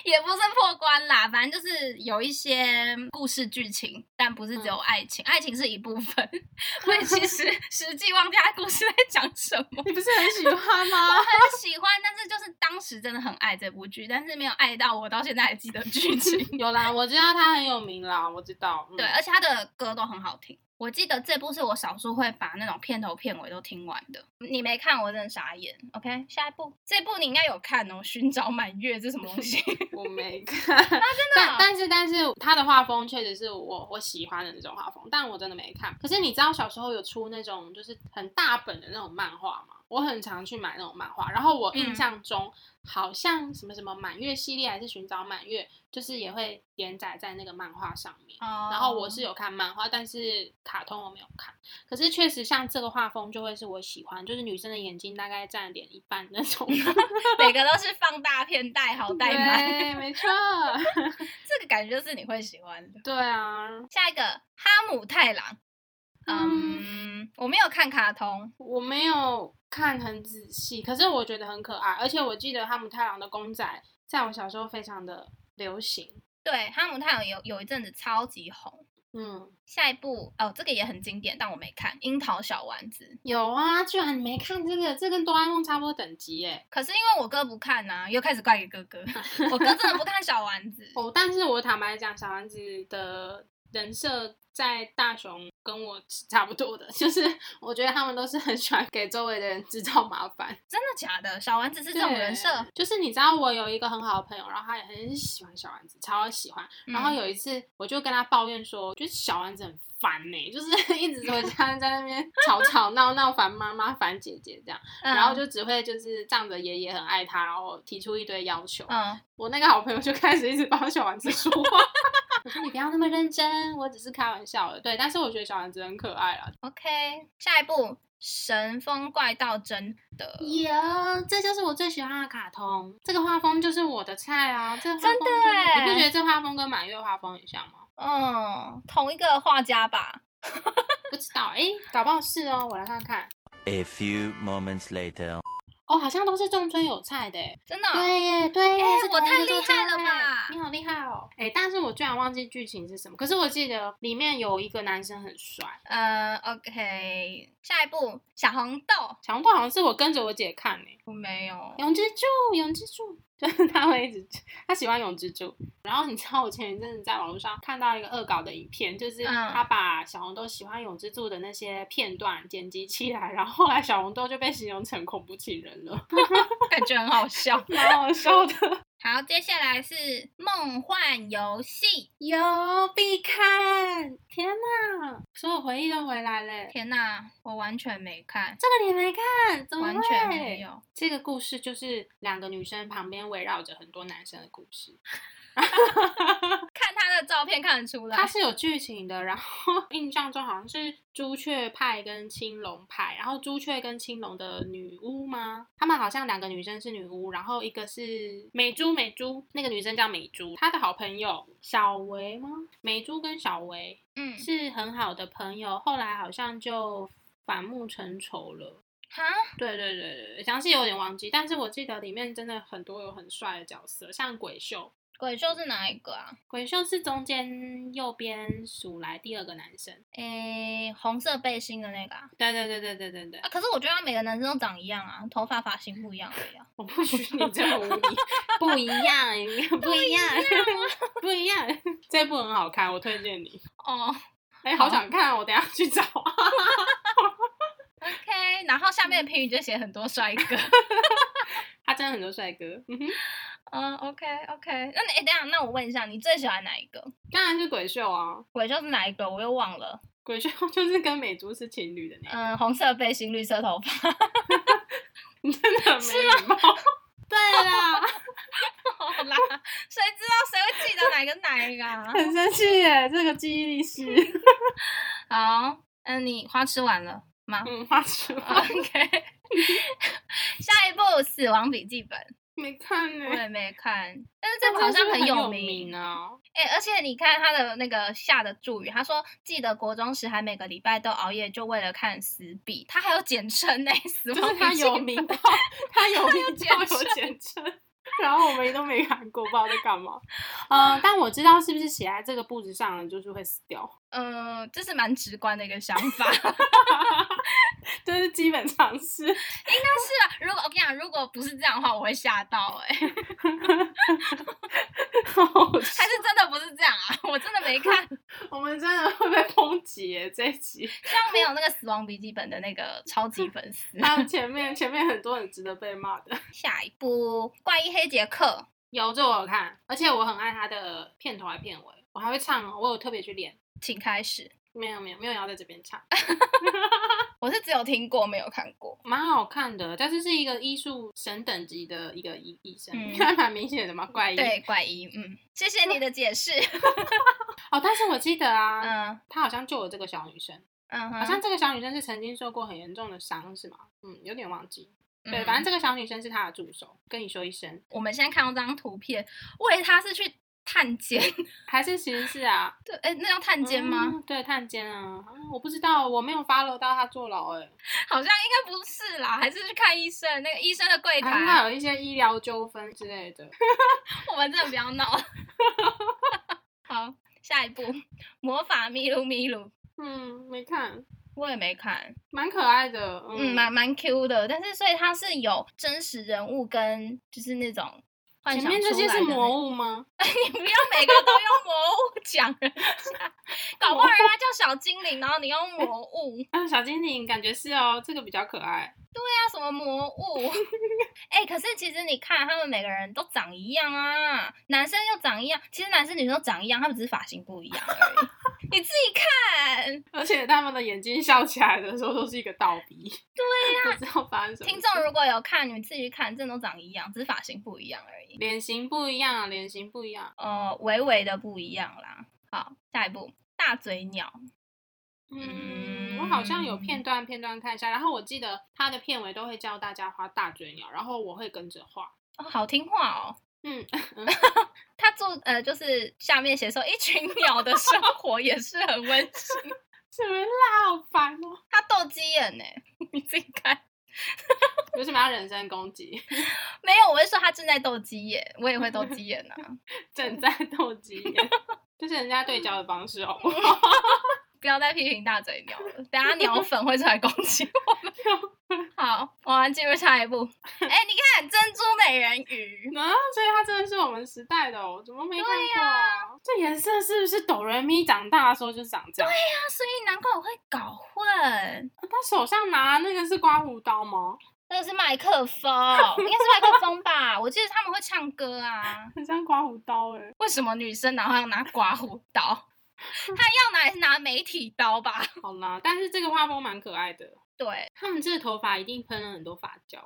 [SPEAKER 2] 也不是破关啦，反正就是有一些故事剧情，但不是只
[SPEAKER 3] 嗯
[SPEAKER 2] 有爱情，爱情是一部分。 我也其 实实际忘记他故事在讲什么，
[SPEAKER 3] 你不是很喜欢吗？。
[SPEAKER 2] 很喜欢，但是就是当时真的很爱这部剧，但是没有爱到我到现在还记得剧情
[SPEAKER 3] 有啦，我知道它很有名啦，我知道。嗯
[SPEAKER 2] 对，而且他的歌都很好听。我记得这部是我少数会把那种片头片尾都听完的。你没看，我真的傻眼。OK，下一部，这部你应该有看哦，《寻找满月》这是什么东西？
[SPEAKER 3] 我没看，但但是但是他的画风确实是我我喜欢的那种画风，但我真的没看。可是你知道小时候有出那种就是很大本的那种漫画吗？我很常去买那种漫画，然后我印象中、好像什么什么满月系列还是寻找满月，就是也会连载在那个漫画上面。
[SPEAKER 2] 哦
[SPEAKER 3] 然后我是有看漫画，但是卡通我没有看。可是确实像这个画风就会是我喜欢，就是女生的眼睛大概占脸一半那种。
[SPEAKER 2] 每个都是放大片带好 带满，
[SPEAKER 3] 对，没错。
[SPEAKER 2] 这个感觉就是你会喜欢的。
[SPEAKER 3] 对啊，
[SPEAKER 2] 下一个哈姆太郎，嗯，我没有看卡通，
[SPEAKER 3] 我没有看很仔细，可是我觉得很可爱，而且我记得哈姆太郎的公仔在我小时候非常的流行。
[SPEAKER 2] 对，哈姆太郎有有一阵子超级红。
[SPEAKER 3] 嗯，
[SPEAKER 2] 下一部哦，这个也很经典，但我没看《樱桃小丸子
[SPEAKER 3] 有啊，居然你没看这个，这跟哆啦 A 梦差不多等级耶。》，
[SPEAKER 2] 可是因为我哥不看呐、又开始怪给 哥哥。我哥真的不看小丸子，
[SPEAKER 3] 哦，但是我坦白讲，小丸子的人设在大雄跟我是差不多的， 就是我觉得他们都是很喜欢给周围的人制造麻烦。
[SPEAKER 2] 真的假的？小丸子是这种人设，
[SPEAKER 3] 对就是你知道我有一个很好的朋友，然后他也很喜欢小丸子，超喜欢。然后
[SPEAKER 2] 嗯
[SPEAKER 3] 有一次，我就跟他抱怨说，就是小丸子很烦呢、就是 一直回家在那边吵吵闹闹，烦妈妈，烦姐姐这样，然后
[SPEAKER 2] 嗯
[SPEAKER 3] 就只会就是仗着爷爷很爱他，然后提出一堆要求。
[SPEAKER 2] 嗯，
[SPEAKER 3] 我那个好朋友就开始一直帮小丸子说话， 我说你不要那么认真，我只是开玩笑的。对，但是我觉得小丸子很可爱啦。
[SPEAKER 2] OK，下一部《神风怪盗真的》
[SPEAKER 3] 有，这就是我最喜欢的卡通，这个画风就是我的菜啊！这个画
[SPEAKER 2] 真
[SPEAKER 3] 风
[SPEAKER 2] 的
[SPEAKER 3] 就是你不
[SPEAKER 2] 欸
[SPEAKER 3] 觉得这画风跟满月画风很像吗？
[SPEAKER 2] 嗯，同一个画家吧。
[SPEAKER 3] 不知道，哎、搞不好是哦，我来看看。
[SPEAKER 4] A few moments later.
[SPEAKER 3] 哦，好像都是中村有菜的耶，
[SPEAKER 2] 真的哦、
[SPEAKER 3] 对耶，对耶，
[SPEAKER 2] 哎
[SPEAKER 3] 是
[SPEAKER 2] 我太
[SPEAKER 3] 同一个
[SPEAKER 2] 厉害了
[SPEAKER 3] 中村有菜
[SPEAKER 2] 吧
[SPEAKER 3] 你好厉害哦，哎、但是我居然忘记剧情是什么，可是我记得里面有一个男生很帅，
[SPEAKER 2] 呃，OK，下一步小红豆
[SPEAKER 3] 小红豆好像是我跟着我姐看呢，
[SPEAKER 2] 我没有
[SPEAKER 3] 永之助，永之助， 就是他会一直，他喜欢永之助。然后你知道我前一阵子在网络上看到一个恶搞的影片，就是
[SPEAKER 2] 嗯
[SPEAKER 3] 他把小红豆喜欢永之助的那些片段剪辑起来，然后后来小红豆就被形容成恐怖情人了，。
[SPEAKER 2] 感觉很好笑
[SPEAKER 3] 蛮好笑的。
[SPEAKER 2] 好，接下来是梦幻游戏。
[SPEAKER 3] 有必看！天哪，所有回忆都回来了。
[SPEAKER 2] 天哪，我完全没看，
[SPEAKER 3] 这个你没看，怎么
[SPEAKER 2] 完全
[SPEAKER 3] 会
[SPEAKER 2] 没有。
[SPEAKER 3] 这个故事就是两个女生旁边围绕着很多男生的故事，
[SPEAKER 2] 看他的照片看得出来
[SPEAKER 3] 它，是有剧情的。然后 印象中好像是朱雀派跟青龙派，然后朱雀跟青龙的女巫吗？她们好像两个女生是女巫，然后一个是美珠，美珠那个女生叫美珠，她的好朋友小维吗？美珠跟小维
[SPEAKER 2] 嗯，
[SPEAKER 3] 是很好的朋友，后来好像就反目成仇了。
[SPEAKER 2] 哈，
[SPEAKER 3] 对对对对对，详细有点忘记，但是我记得里面真的很多有很帅的角色，像鬼秀，
[SPEAKER 2] 鬼秀是哪一个啊？
[SPEAKER 3] 鬼秀是中间右边数来第二个男生。
[SPEAKER 2] 诶、红色背心的那个啊
[SPEAKER 3] 对对对对对对对
[SPEAKER 2] 啊，，可是我觉得他每个男生都长一样啊，头发发型不一样而 已啊。
[SPEAKER 3] 我不许你这么无 理，不一样，不一样，啊不一样，这部很好看，我推荐你。
[SPEAKER 2] 哦、
[SPEAKER 3] 哎、好想看哦，我等一下去找啊。
[SPEAKER 2] o k 然后下面的评语就写很多帅哥。
[SPEAKER 3] 他真的很多帅哥，嗯哼，
[SPEAKER 2] 嗯，OK OK，那你、诶等一下，那我问一下，你最喜欢哪一个？
[SPEAKER 3] 当然是鬼秀啊，
[SPEAKER 2] 鬼秀是哪一个？我又忘了。
[SPEAKER 3] 鬼秀就是跟美珠是情侣的那个，
[SPEAKER 2] 嗯，红色背心，绿色头发。
[SPEAKER 3] 你真的很没礼貌。 对啦，
[SPEAKER 2] 好啦，谁知道谁会记得哪个哪一个啊？
[SPEAKER 3] 很生气耶，这个记忆力是。
[SPEAKER 2] 好，嗯，你花痴完了 吗
[SPEAKER 3] 嗯，花痴吧，
[SPEAKER 2] ？OK，下一部《死亡笔记本》
[SPEAKER 3] 没看呢、
[SPEAKER 2] 我也
[SPEAKER 3] 欸。
[SPEAKER 2] 没看，但是这部好像
[SPEAKER 3] 很
[SPEAKER 2] 有
[SPEAKER 3] 名啊！
[SPEAKER 2] 哎、而且你看他的那个下的注语，他说记得国中时还每个礼拜都熬夜，就为了看死笔，他还有简称呢、死
[SPEAKER 3] 就
[SPEAKER 2] 亡
[SPEAKER 3] 是他
[SPEAKER 2] 笔记
[SPEAKER 3] 有
[SPEAKER 2] 本
[SPEAKER 3] 名到， 他有名到
[SPEAKER 2] 简
[SPEAKER 3] 有简称，然后我们都没看过，不知道在干嘛。嗯，但我知道是不是写在这个布子上了就是会死掉，
[SPEAKER 2] 呃，这是蛮直观的一个想法。 但是
[SPEAKER 3] 这是基本常识。
[SPEAKER 2] 啊，如果我跟你讲，如果不是这样的话，我会吓到哎、 还是真的不是这样啊？ 我真的没看，
[SPEAKER 3] 我们真的会被抨击耶这一集。
[SPEAKER 2] 希望没有那个《死亡笔记本》的那个超级粉丝。
[SPEAKER 3] 还有前面前面很多很值得被骂的，
[SPEAKER 2] 下一部《怪医黑杰克
[SPEAKER 3] 有这我有看，而且我很爱他的片头还片尾，我还会唱哦，我有特别去练。》，
[SPEAKER 2] 请开始。
[SPEAKER 3] 没有没有没有要在这边唱，
[SPEAKER 2] 我是只有听过，没有看过。
[SPEAKER 3] 蛮好看的，但是是一个医术神等级的一个医医生，
[SPEAKER 2] 嗯
[SPEAKER 3] 还蛮明显的嘛，怪医。
[SPEAKER 2] 对，怪医，嗯，谢谢你的解 释。
[SPEAKER 3] 哦，但是我记得啊，
[SPEAKER 2] 嗯
[SPEAKER 3] 他好像救了这个小女生，
[SPEAKER 2] 嗯哼，
[SPEAKER 3] 好像这个小女生是曾经受过很严重的伤，是吗？嗯，有点忘记。对，
[SPEAKER 2] 嗯
[SPEAKER 3] 反正这个小女生是他的助手，跟你说一声，
[SPEAKER 2] 我们现在看到这张图片，喂，他是去探监，
[SPEAKER 3] 还是其实是啊，
[SPEAKER 2] 对，哎、那叫探监吗？
[SPEAKER 3] 嗯对，探监啊，啊我不知道，我没有 follow 到他坐牢、欸，哎，
[SPEAKER 2] 好像应该不是啦，还是去看医生，啊那个医生的柜
[SPEAKER 3] 还是他
[SPEAKER 2] 台。
[SPEAKER 3] 有一些医疗纠纷之类的。
[SPEAKER 2] 我们真的不要闹。好，下一步魔法咪噜咪噜，
[SPEAKER 3] 嗯，没看，
[SPEAKER 2] 我也没看，
[SPEAKER 3] 蛮可爱的，嗯，
[SPEAKER 2] 嗯，蛮蛮 Q 的，但是所以它是有真实人物跟就是那种幻
[SPEAKER 3] 前
[SPEAKER 2] 想
[SPEAKER 3] 面这
[SPEAKER 2] 出
[SPEAKER 3] 些
[SPEAKER 2] 来
[SPEAKER 3] 是
[SPEAKER 2] 的那
[SPEAKER 3] 魔物吗？
[SPEAKER 2] 你不要每个都用魔物讲人家，搞不好人家叫小精灵，然后你用魔物。
[SPEAKER 3] 啊，小精灵感觉是哦，这个比较可爱。
[SPEAKER 2] 那什么魔物？ 哎、可是其实你看，他们每个人都长一样啊，男生又长一样，其实男生女生都长一样，他们只是发型不一样而已。 你自己看，
[SPEAKER 3] 而且他们的眼睛笑起来的时候都是一个倒鼻。对呀、不知道发生什么事。
[SPEAKER 2] 听众如果有看，你们自己去看，真的都长一样，只是发型不一样而已。
[SPEAKER 3] 脸型不一样啊，脸型不一样。
[SPEAKER 2] 呃，微微的不一样啦。好，下一步大嘴鸟，
[SPEAKER 3] 嗯，我好像有片段片段看一下，然后我记得它的片尾都会教大家画大嘴鸟，然后我会跟着画。
[SPEAKER 2] 哦，好听话哦。
[SPEAKER 3] 嗯，
[SPEAKER 2] 他做呃，就是下面写说一群鸟的生活也是很温馨。
[SPEAKER 3] 什么啦，好烦哦、
[SPEAKER 2] 他斗鸡眼呢， 你自己看。
[SPEAKER 3] 为什么要人身攻击？
[SPEAKER 2] 没有，我是说他正在斗鸡眼，我也会斗鸡眼啊！
[SPEAKER 3] 正在斗鸡眼， 这是人家对焦的方式哦。
[SPEAKER 2] 不要再批评大嘴鸟了，等下 鸟粉会出来攻击我们。好，我们进入下一步。哎、你看珍珠美人鱼，
[SPEAKER 3] 啊，所以它真的是我们时代的哦，怎么没看
[SPEAKER 2] 对
[SPEAKER 3] 过、啊这颜色是不是哆瑞咪长大的时候就长这样？
[SPEAKER 2] 那所以难怪我会搞混。
[SPEAKER 3] 他手上拿那个是刮胡刀吗？
[SPEAKER 2] 那个是麦克风， 应该是麦克风吧？我记得他们会唱歌啊。
[SPEAKER 3] 很像刮胡刀哎、
[SPEAKER 2] 为什么女生然后要拿刮胡刀？ 她要拿也是拿媒体刀吧？
[SPEAKER 3] 好啦，但是这个画风蛮可爱的。
[SPEAKER 2] 对，
[SPEAKER 3] 他们这个头发一定喷了很多发胶。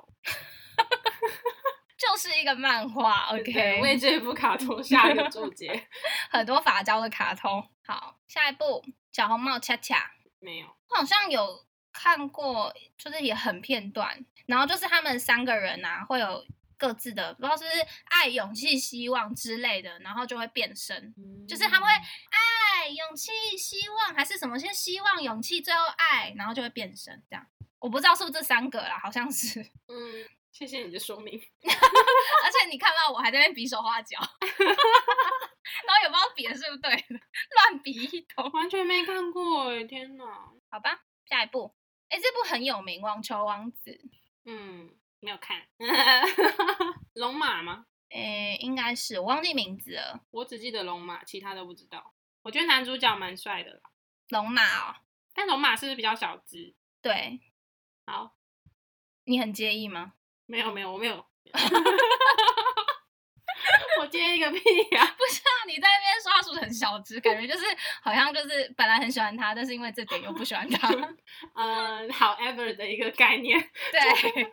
[SPEAKER 2] 就是一个漫画
[SPEAKER 3] 对
[SPEAKER 2] ，OK，
[SPEAKER 3] 为这部卡通下一个注 解。
[SPEAKER 2] 很多发胶的卡通。好，下一部小红帽恰恰，
[SPEAKER 3] 没有，
[SPEAKER 2] 我好像有看过，就是也很片段。然后就是他们三个人啊，会有各自的，不知道是不是爱、勇气、希望之类的，然后就会变身。嗯就是他们会爱、勇气、希望，还是什么？先希望、勇气，最后爱，然后就会变身这样。我不知道是不是这三个啦，好像是。
[SPEAKER 3] 嗯，谢谢你的说明。
[SPEAKER 2] 而且你看到我还在那边比手画脚， 然后也不知道比的是不对的，乱比一通。
[SPEAKER 3] 完全没看过哎、天哪！
[SPEAKER 2] 好吧，下一部，哎、这部很有名，《网球王子》。
[SPEAKER 3] 嗯，没有看。 龙马吗？
[SPEAKER 2] 诶，应该是我忘记名字了，
[SPEAKER 3] 我只记得龙马，其他都不知道。我觉得男主角蛮帅的啦，
[SPEAKER 2] 龙马哦。
[SPEAKER 3] 但龙马是不是比较小只？
[SPEAKER 2] 对
[SPEAKER 3] 好，
[SPEAKER 2] 你很介意吗？
[SPEAKER 3] 没有没有，我没有。 我接一个屁呀、
[SPEAKER 2] 不是啊，你在那边说他是不是很小只，感觉就是好像就是本来很喜欢他，但是因为这点又不喜欢 他。
[SPEAKER 3] 嗯、h o w e v e r 的一个概念。
[SPEAKER 2] 对，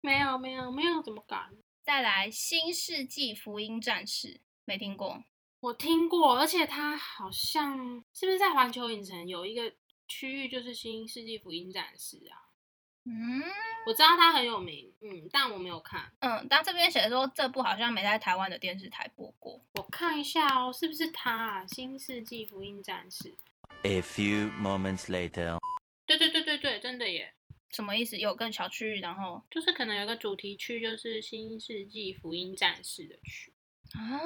[SPEAKER 3] 没有没有没有，怎么敢？
[SPEAKER 2] 再来《新世纪福音战士》，没听过。
[SPEAKER 3] 我听过，而且它好像是不是在环球影城有一个区域，就是新世纪福音战士啊？
[SPEAKER 2] 嗯
[SPEAKER 3] 我知道它很有名，嗯，但我没有看。
[SPEAKER 2] 嗯，但这边写的说这部好像没在台湾的电视台播过。
[SPEAKER 3] 我看一下哦，是不是它、啊《新世纪福音战士》？
[SPEAKER 4] A few moments later.
[SPEAKER 3] 对对对对对，真的耶，
[SPEAKER 2] 什么意思？有个小区域，然后
[SPEAKER 3] 就是可能有一个主题区，就是《新世纪福音战士》的区，
[SPEAKER 2] 啊，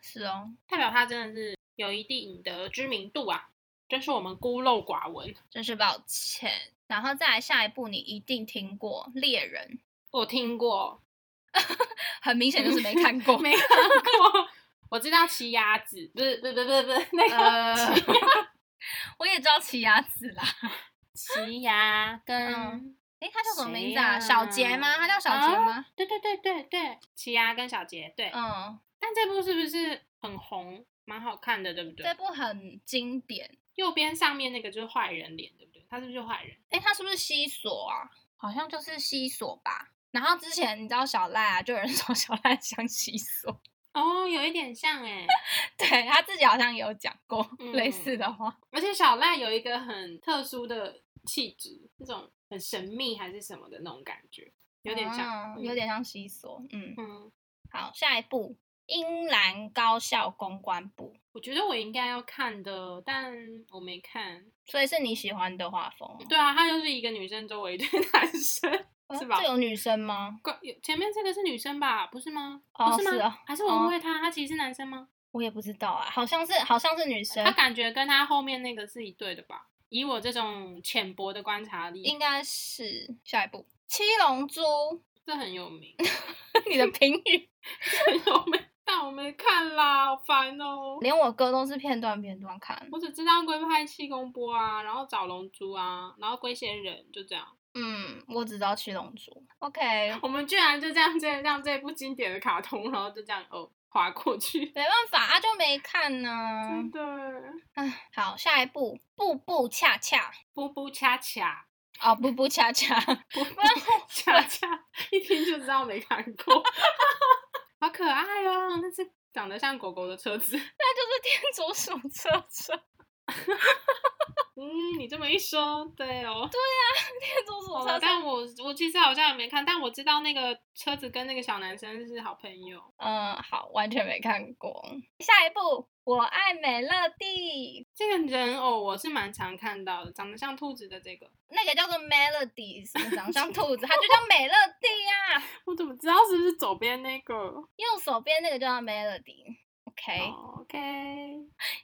[SPEAKER 2] 是哦，
[SPEAKER 3] 代表它真的是有一定的知名度啊。真是我们孤陋寡闻，
[SPEAKER 2] 真是抱歉。然后再来下一部，你一定听过《猎人
[SPEAKER 3] 我听过，》，
[SPEAKER 2] 很明显就是没看过。
[SPEAKER 3] 没看过。我知道奇鸭子，不是，不是，不是，不是 那
[SPEAKER 2] 呃
[SPEAKER 3] 个奇
[SPEAKER 2] 我也知道奇亚子啦。
[SPEAKER 3] 奇牙跟、
[SPEAKER 2] 嗯诶，他叫什么名字
[SPEAKER 3] 谁
[SPEAKER 2] 啊？
[SPEAKER 3] 啊
[SPEAKER 2] 小杰吗？他叫小杰吗？
[SPEAKER 3] 对对对对对，奇牙跟小杰对。
[SPEAKER 2] 嗯，
[SPEAKER 3] 但这部是不是很红，蛮好看的，对不对？
[SPEAKER 2] 这部很经典。
[SPEAKER 3] 右边上面那个就是坏人脸，对不对？他是不是坏人？
[SPEAKER 2] 诶，他是不是西索啊？好像就是西索吧。然后之前你知道小赖啊，就有人 说小赖像西索，
[SPEAKER 3] 哦，有一点像哎、
[SPEAKER 2] 对他自己好像也有讲过、
[SPEAKER 3] 嗯
[SPEAKER 2] 类似的话。
[SPEAKER 3] 而且小赖有一个很特殊的气质，那种很神秘还是什么的那种感觉，有点像，
[SPEAKER 2] 啊
[SPEAKER 3] 嗯
[SPEAKER 2] 有点像西索。嗯，
[SPEAKER 3] 嗯。
[SPEAKER 2] 好，下一步英兰高校公关部，
[SPEAKER 3] 我觉得我应该要看的，但我没看。
[SPEAKER 2] 所以是你喜欢的画风哦，
[SPEAKER 3] 对啊，他就是一个女生周围一堆男 生，
[SPEAKER 2] 呃
[SPEAKER 3] 是吧
[SPEAKER 2] 这有女生吗？
[SPEAKER 3] 怪有前面这个是女生吧？不是吗？
[SPEAKER 2] 哦
[SPEAKER 3] 不是吗？
[SPEAKER 2] 是啊
[SPEAKER 3] 还是我误会他？他其实是男生吗？
[SPEAKER 2] 我也不知道啊，好像是好像是女生
[SPEAKER 3] 他，感觉跟他后面那个是一对的吧？以我这种浅薄的观察力，
[SPEAKER 2] 应该是下一步七龙珠，
[SPEAKER 3] 这很有名。
[SPEAKER 2] 你的评语
[SPEAKER 3] 我没，但我没看啦，好烦哦、
[SPEAKER 2] 连我哥都是片段片段看。
[SPEAKER 3] 我只知道龟派气功波啊，然后找龙珠啊，然后龟仙人，就这样。
[SPEAKER 2] 嗯，我只知道七龙珠。OK，
[SPEAKER 3] 我们居然就这样，这让这部经典的卡通，然后就这样哦划过去。
[SPEAKER 2] 没办法，啊就没看呢、
[SPEAKER 3] 真的，
[SPEAKER 2] 唉，好，下一步步步恰恰
[SPEAKER 3] 波波恰恰，
[SPEAKER 2] 哦，步步恰恰，
[SPEAKER 3] 波波恰恰，一听就知道没看过， 好可爱哦、那是长得像狗狗的车子。
[SPEAKER 2] 那就是天竺鼠车车。
[SPEAKER 3] 嗯，你这么一说，对哦。
[SPEAKER 2] 天竺鼠
[SPEAKER 3] 好
[SPEAKER 2] 车
[SPEAKER 3] 了
[SPEAKER 2] 上，
[SPEAKER 3] 但我我其实好像也没看，但我知道那个车子跟那个小男生是好朋友。
[SPEAKER 2] 嗯，好，完全没看过。下一部，我爱美乐蒂，
[SPEAKER 3] 这个人偶我是蛮常看到的，长得像兔子的这个，
[SPEAKER 2] 那个叫做 Melody，什么长像兔子，它就叫美乐蒂呀、
[SPEAKER 3] 我怎么知道是不是左边那个、哦
[SPEAKER 2] 右手边那个叫 Melody。OK，、
[SPEAKER 3] o k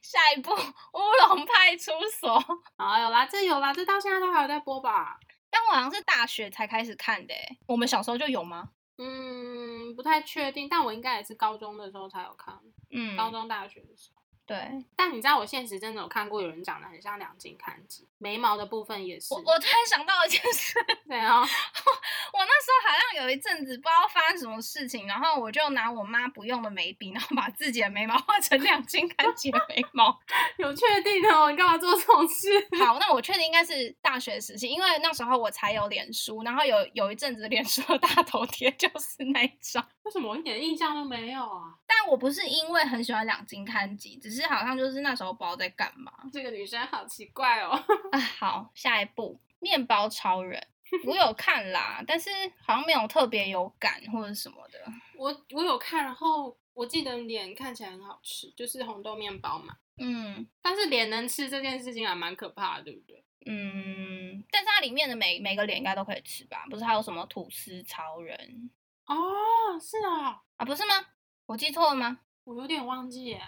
[SPEAKER 2] 下一部乌龙派出所，
[SPEAKER 3] 好，有啦，这有啦，这到现在都还有在播吧？
[SPEAKER 2] 但我好像是大学才开始看的、欸，我们小时候就有吗？
[SPEAKER 3] 嗯，不太确定，但我应该也是高中的时候才有看，
[SPEAKER 2] 嗯，
[SPEAKER 3] 高中、大学的时候。
[SPEAKER 2] 对，
[SPEAKER 3] 但你知道，我现实真的有看过有人长得很像两井看吉，眉毛的部分也是。
[SPEAKER 2] 我我突然想到一件事，
[SPEAKER 3] 对啊，
[SPEAKER 2] 我那时候还在有一阵子不知道发生什么事情，然后我就拿我妈不用的眉笔，然后把自己的眉毛画成两斤干姐眉毛。
[SPEAKER 3] 有确定哦？你干嘛做这种事？
[SPEAKER 2] 好，那我确定应该是大学时期，因为那时候我才有脸书，然后有有一阵子脸书的大头贴就是那一张。
[SPEAKER 3] 为什么我一点印象都没有啊？
[SPEAKER 2] 但我不是因为很喜欢两金刊集，只是好像就是那时候不知道在干嘛。
[SPEAKER 3] 这个女生好奇怪哦。
[SPEAKER 2] 啊，好，下一步面包超人，我有看啦，但是好像没有特别有感或者什么的。
[SPEAKER 3] 我我有看，然后我记得脸看起来很好吃，就是红豆面包嘛。
[SPEAKER 2] 嗯
[SPEAKER 3] 但是脸能吃这件事情还蛮可怕的，对不对？
[SPEAKER 2] 嗯，但是它里面的每每个脸应该都可以吃吧？不是还有什么吐司超人
[SPEAKER 3] 哦，是啊，
[SPEAKER 2] 啊？不是吗？我记错了吗？
[SPEAKER 3] 我有点忘记耶，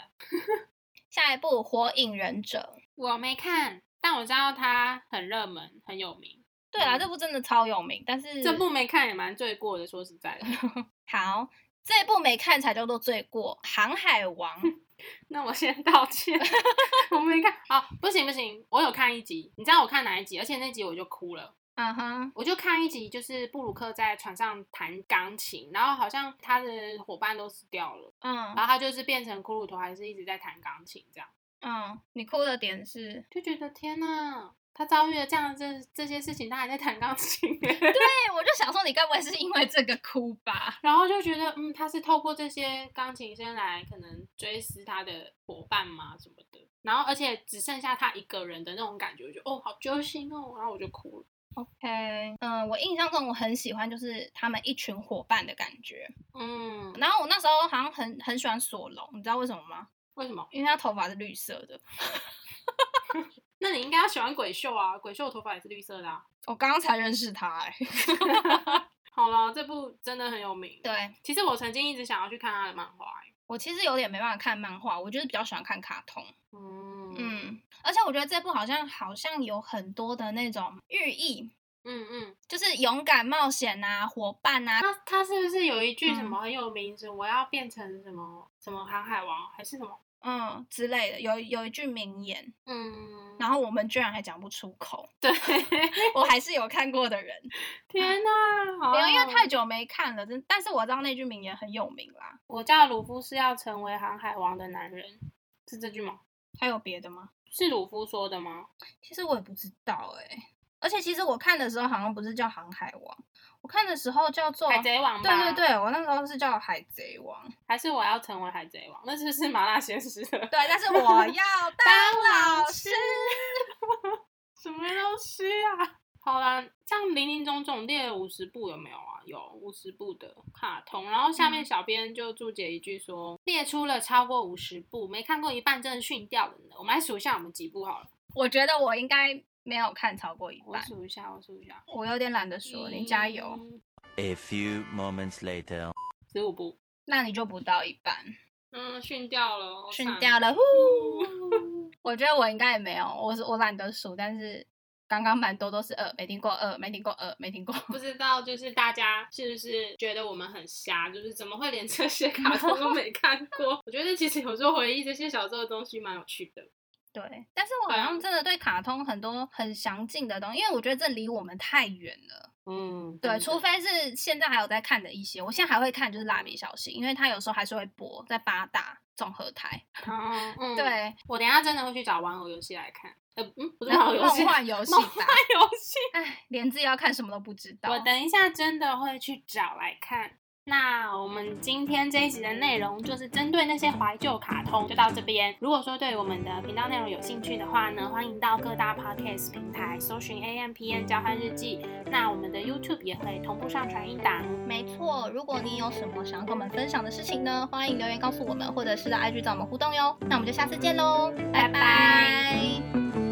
[SPEAKER 2] 下一步火影忍者，
[SPEAKER 3] 我没看，但我知道它很热门，很有名。
[SPEAKER 2] 对啦，
[SPEAKER 3] 嗯
[SPEAKER 2] 这部真的超有名，但是
[SPEAKER 3] 这部没看也蛮罪过的，说实在的。
[SPEAKER 2] 好。这部没看才叫做罪过，《航海王》
[SPEAKER 3] 那我先道歉， 我没看。好，不行不行，我有看一集，你知道我看哪一集？而且那集我就哭了。
[SPEAKER 2] 啊哈，
[SPEAKER 3] 我就看一集，就是布鲁克在船上弹钢琴，然后好像他的伙伴都死掉了，
[SPEAKER 2] 嗯
[SPEAKER 3] 然后他就是变成骷髅头，还是一直在弹钢琴，这样
[SPEAKER 2] 嗯，你哭的点是
[SPEAKER 3] 就觉得天呐，他遭遇了这样的这这些事情，他还在弹钢琴，
[SPEAKER 2] 对，哎我就想说你该不会是因为这个哭吧？
[SPEAKER 3] 然后就觉得嗯，他是透过这些钢琴声来可能追思他的伙伴嘛什么的，然后而且只剩下他一个人的那种感觉，我就哦好揪心哦，然后我就哭了，
[SPEAKER 2] OK，嗯，我印象中我很喜欢就是他们一群伙伴的感觉。
[SPEAKER 3] 嗯，
[SPEAKER 2] 然后我那时候好像很很喜欢索隆，你知道为什么吗？
[SPEAKER 3] 为什么？
[SPEAKER 2] 因为他头发是绿色的。
[SPEAKER 3] 那你应该要喜欢鬼秀啊，鬼秀的头发也是绿色的啊。
[SPEAKER 2] 我刚刚才认识他、哎。
[SPEAKER 3] 好了，这部真的很有名。，
[SPEAKER 2] 对
[SPEAKER 3] 其实我曾经一直想要去看他的漫画、欸。
[SPEAKER 2] 我其实有点没办法看漫画，我就是比较喜欢看卡通。
[SPEAKER 3] 嗯
[SPEAKER 2] 嗯，而且我觉得这部好像好像有很多的那种寓意，
[SPEAKER 3] 嗯嗯，
[SPEAKER 2] 就是勇敢冒险啊，伙伴啊。
[SPEAKER 3] 他他是不是有一
[SPEAKER 2] 嗯
[SPEAKER 3] 句什么很有名？是、我要变成什么什么航海王还是什么？
[SPEAKER 2] 嗯，之类的，有有一句名言，
[SPEAKER 3] 嗯，
[SPEAKER 2] 然后我们居然还讲不出口，
[SPEAKER 3] 对，
[SPEAKER 2] 我还是有看过的人。
[SPEAKER 3] 天哪、好
[SPEAKER 2] 没有，因为
[SPEAKER 3] 好
[SPEAKER 2] 太久没看了，真。但是我知道那句名言很有名啦。
[SPEAKER 3] 我叫鲁夫是要成为航海王的男人，是这句吗？
[SPEAKER 2] 还有别的吗？
[SPEAKER 3] 是鲁夫说的吗？
[SPEAKER 2] 其实我也不知道哎、而且其实我看的时候好像不是叫《航海王》，我看的时候叫做……
[SPEAKER 3] 海
[SPEAKER 2] 对
[SPEAKER 3] 贼王吧？
[SPEAKER 2] 对，对，我那时候是叫《海贼王》。
[SPEAKER 3] 还是我要成为海贼王？那是不 是麻辣鲜师的？
[SPEAKER 2] 对，但是我 要当老师。
[SPEAKER 3] 什么东西啊？好啦，像零零总总列了五十部有没有啊？有五十部的卡通，然后下面
[SPEAKER 2] 嗯
[SPEAKER 3] 小编就注解一句说，列出了超过五十部，没看过一半真的训掉人了。我们来数一下我们几部好了，
[SPEAKER 2] 我觉得我应该没有看超过一
[SPEAKER 3] 我
[SPEAKER 2] 半，嗯
[SPEAKER 3] 数一下，我数一下，
[SPEAKER 2] 我有点懒得说，你加油。
[SPEAKER 4] A few moments later.
[SPEAKER 3] 十五部，
[SPEAKER 2] 那你就不到一半，
[SPEAKER 3] 嗯，训掉了，好
[SPEAKER 2] 训
[SPEAKER 3] 惨
[SPEAKER 2] 掉 了。呼，我觉得我应该也没有，我是我懒得数，但是刚刚蛮多都是二，没听过二，没听过二，没听过。
[SPEAKER 3] 不知道，就是大家是不是觉得我们很瞎？就是怎么会连这些卡通都没看过？我觉得其实有时候回忆这些小时候的东西蛮有趣的。
[SPEAKER 2] 对，但是我
[SPEAKER 3] 啊
[SPEAKER 2] 好像真的对卡通很多很详尽的东西，因为我觉得这离我们太远了。
[SPEAKER 3] 嗯，
[SPEAKER 2] 对，除非是现在还有在看的一些，我现在还会看就是《蜡笔小新》，因为它有时候还是会播在八大综合台。
[SPEAKER 3] 哦嗯，
[SPEAKER 2] 对，
[SPEAKER 3] 我等一下真的会去找玩偶游戏来看。呃，嗯，不是玩偶游 戏，
[SPEAKER 2] 梦幻游戏
[SPEAKER 3] 梦
[SPEAKER 2] 吧
[SPEAKER 3] 幻。游戏。
[SPEAKER 2] 哎，连自己要看什么都不知道。
[SPEAKER 3] 我等一下真的会去找来看。那我们今天这一集的内容就是针对那些怀旧卡通，就到这边。如果说对我们的频道内容有兴趣的话呢，欢迎到各大 podcast 平台搜寻 A M P N 交换日记。那我们的 YouTube 也会同步上传一档。
[SPEAKER 2] 没错，如果你有什么想要跟我们分享的事情呢，欢迎留言告诉我们，或者是到 IG 找我们互动哟。那我们就下次见喽，拜
[SPEAKER 3] 拜
[SPEAKER 2] 拜